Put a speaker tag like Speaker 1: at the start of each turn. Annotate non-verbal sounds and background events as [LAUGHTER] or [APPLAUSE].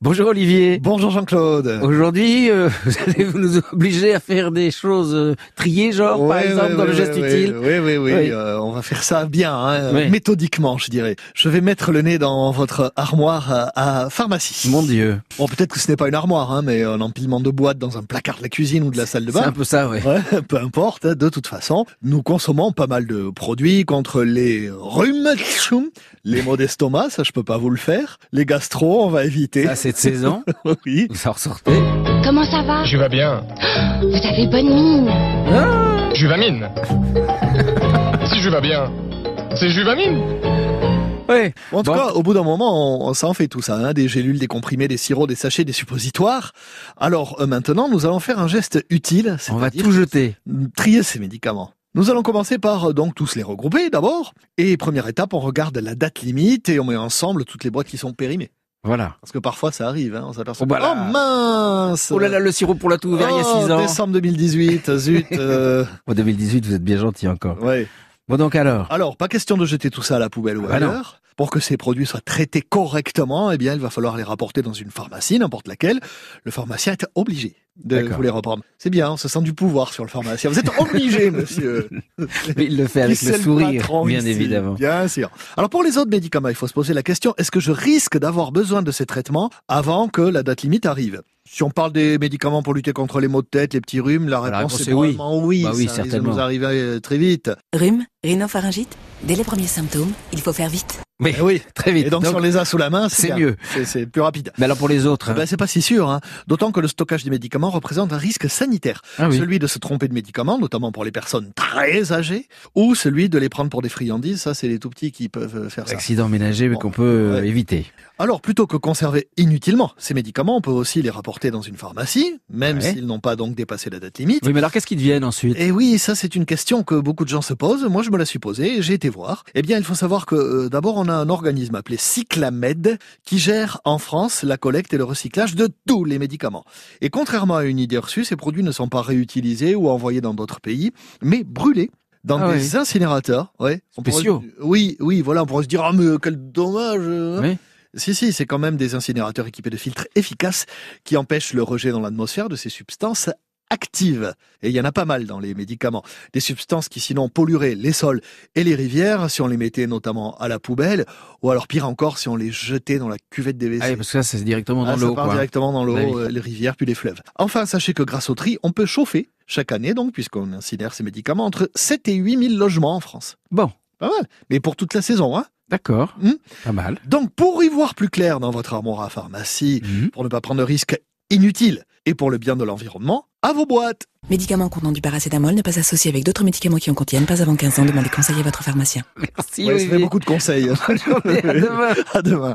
Speaker 1: Bonjour Olivier.
Speaker 2: Bonjour Jean-Claude.
Speaker 1: Aujourd'hui, euh, [LAUGHS] vous allez vous nous obliger à faire des choses euh, triées, genre, par
Speaker 2: Ouais,
Speaker 1: exemple,
Speaker 2: ouais,
Speaker 1: dans le
Speaker 2: ouais,
Speaker 1: geste
Speaker 2: ouais,
Speaker 1: utile.
Speaker 2: Oui, oui, oui.
Speaker 1: Oui.
Speaker 2: euh, on va faire ça bien, hein,
Speaker 1: Oui.
Speaker 2: méthodiquement, je dirais. Je vais mettre le nez dans votre armoire à, à pharmacie.
Speaker 1: Mon Dieu,
Speaker 2: Bon, peut-être que ce n'est pas une armoire, hein, mais un empilement de boîtes dans un placard de la cuisine ou de la salle de
Speaker 1: c'est un
Speaker 2: bain.
Speaker 1: peu ça, ouais.
Speaker 2: [LAUGHS] Ouais, peu importe, hein, de toute façon, nous consommons pas mal de produits contre les rhumes, tchoum, les maux d'estomac, ça je peux pas vous le faire, les gastro, on va éviter.
Speaker 1: À cette
Speaker 2: [LAUGHS]
Speaker 1: saison,
Speaker 2: oui.
Speaker 1: vous en ressortez.
Speaker 3: Comment ça va
Speaker 4: Je vais bien.
Speaker 3: Vous avez bonne mine.
Speaker 4: Je vais mine. si je vais bien. C'est Juvamine
Speaker 1: Ouais.
Speaker 2: En tout
Speaker 1: Bon.
Speaker 2: cas, au bout d'un moment, on, on s'en fait tout ça, hein, des gélules, des comprimés, des sirops, des sachets, des suppositoires. Alors euh, maintenant, nous allons faire un geste utile,
Speaker 1: On va
Speaker 2: c'est-à-dire
Speaker 1: tout jeter.
Speaker 2: trier ces médicaments. Nous allons commencer par euh, donc tous les regrouper d'abord. Et première étape, on regarde la date limite et on met ensemble toutes les boîtes qui sont périmées.
Speaker 1: Voilà.
Speaker 2: Parce que parfois ça arrive, hein, on s'aperçoit.
Speaker 1: Oh bah là.
Speaker 2: oh mince
Speaker 1: Oh là là, le sirop pour la toux ouvert il y a
Speaker 2: Oh,
Speaker 1: 6 ans.
Speaker 2: décembre 2018, zut.
Speaker 1: [LAUGHS]
Speaker 2: euh,
Speaker 1: En 2018, vous êtes bien gentil encore.
Speaker 2: ouais.
Speaker 1: Bon donc
Speaker 2: [LAUGHS]
Speaker 1: alors,
Speaker 2: Alors, pas question de jeter tout ça à la poubelle ou
Speaker 1: Ah bah non.
Speaker 2: ailleurs. Pour que ces produits soient traités correctement, eh bien, il va falloir les rapporter dans une pharmacie, n'importe laquelle. Le pharmacien est obligé de
Speaker 1: D'accord.
Speaker 2: vous les reprendre. C'est bien, on se sent du pouvoir sur le pharmacien. Vous êtes
Speaker 1: [LAUGHS]
Speaker 2: obligé, monsieur.
Speaker 1: mais il le fait avec
Speaker 2: Qui
Speaker 1: le
Speaker 2: c'est
Speaker 1: sourire,
Speaker 2: patron
Speaker 1: bien
Speaker 2: ici Ah
Speaker 1: évidemment.
Speaker 2: Bien sûr. Alors, pour les autres médicaments, il faut se poser la question, est-ce que je risque d'avoir besoin de ces traitements avant que la date limite arrive si on parle des médicaments pour lutter contre les maux de tête, les petits rhumes, la réponse,
Speaker 1: La réponse
Speaker 2: est
Speaker 1: est oui.
Speaker 2: probablement oui.
Speaker 1: Bah oui,
Speaker 2: ça risque de
Speaker 1: certainement.
Speaker 2: nous arriver euh, très vite.
Speaker 5: Rhume, rhinopharyngite, dès les premiers symptômes, il faut faire vite.
Speaker 1: Mais
Speaker 2: Eh oui.
Speaker 1: très vite.
Speaker 2: Et donc, si on les a sous la main,
Speaker 1: c'est
Speaker 2: bien.
Speaker 1: mieux.
Speaker 2: C'est- C'est plus rapide.
Speaker 1: Mais alors pour les autres, hein.
Speaker 2: Ben, c'est pas si sûr, hein. d'autant que le stockage des médicaments représente un risque sanitaire.
Speaker 1: Ah oui.
Speaker 2: Celui de se tromper de médicaments, notamment pour les personnes très âgées, ou celui de les prendre pour des friandises, ça c'est les tout petits qui peuvent euh, faire ça.
Speaker 1: accident ménager mais
Speaker 2: Bon.
Speaker 1: qu'on peut euh,
Speaker 2: Ouais.
Speaker 1: éviter.
Speaker 2: Alors plutôt que conserver inutilement ces médicaments, on peut aussi les rapporter dans une pharmacie, même
Speaker 1: Ouais.
Speaker 2: s'ils n'ont pas donc dépassé la date limite.
Speaker 1: Oui mais alors qu'est-ce qu'ils deviennent ensuite Ah
Speaker 2: Et Eh oui, ça c'est une question que beaucoup de gens se posent. Moi je me la suis posée, et j'ai été voir. Eh bien, il faut savoir que euh, d'abord on a un organisme appelé Cyclamed qui gère en France la collecte et le recyclage de tous les médicaments. Et contrairement à une idée reçue, ces produits ne sont pas réutilisés ou envoyés dans d'autres pays, mais brûlés dans
Speaker 1: Ah
Speaker 2: des incinérateurs. Ouais. On pourrait-
Speaker 1: Spéciaux.
Speaker 2: Oui, oui, voilà, on pourrait se dire ah mais quel dommage. euh,
Speaker 1: Oui.
Speaker 2: si, si, c'est quand même des incinérateurs équipés de filtres efficaces qui empêchent le rejet dans l'atmosphère de ces substances actives. Et il y en a pas mal dans les médicaments. Des substances qui sinon pollueraient les sols et les rivières si on les mettait notamment à la poubelle, ou alors pire encore si on les jetait dans la cuvette des
Speaker 1: Ah oui,
Speaker 2: WC.
Speaker 1: parce que ça c'est directement
Speaker 2: Ah,
Speaker 1: dans
Speaker 2: ça
Speaker 1: l'eau
Speaker 2: part
Speaker 1: quoi.
Speaker 2: directement dans l'eau,
Speaker 1: Ah oui.
Speaker 2: euh, les rivières puis les fleuves. Enfin, sachez que grâce au tri, on peut chauffer chaque année, donc, puisqu'on incinère ces médicaments, entre 7 et 8 000 logements en France.
Speaker 1: Bon,
Speaker 2: Pas mal. Mais pour toute la saison, hein.
Speaker 1: d'accord.
Speaker 2: Hmm.
Speaker 1: Pas mal.
Speaker 2: Donc, pour y voir plus clair dans votre armoire à pharmacie,
Speaker 1: Hmm.
Speaker 2: pour ne pas prendre de risques inutiles et pour le bien de l'environnement, à vos boîtes.
Speaker 5: Médicaments contenant du paracétamol ne pas associés avec d'autres médicaments qui en contiennent, pas avant 15 ans, demandez conseil à votre pharmacien.
Speaker 1: Merci [LAUGHS]
Speaker 2: Ouais, ça fait beaucoup de conseils. [LAUGHS]
Speaker 1: Bonne journée, à demain.
Speaker 2: à demain.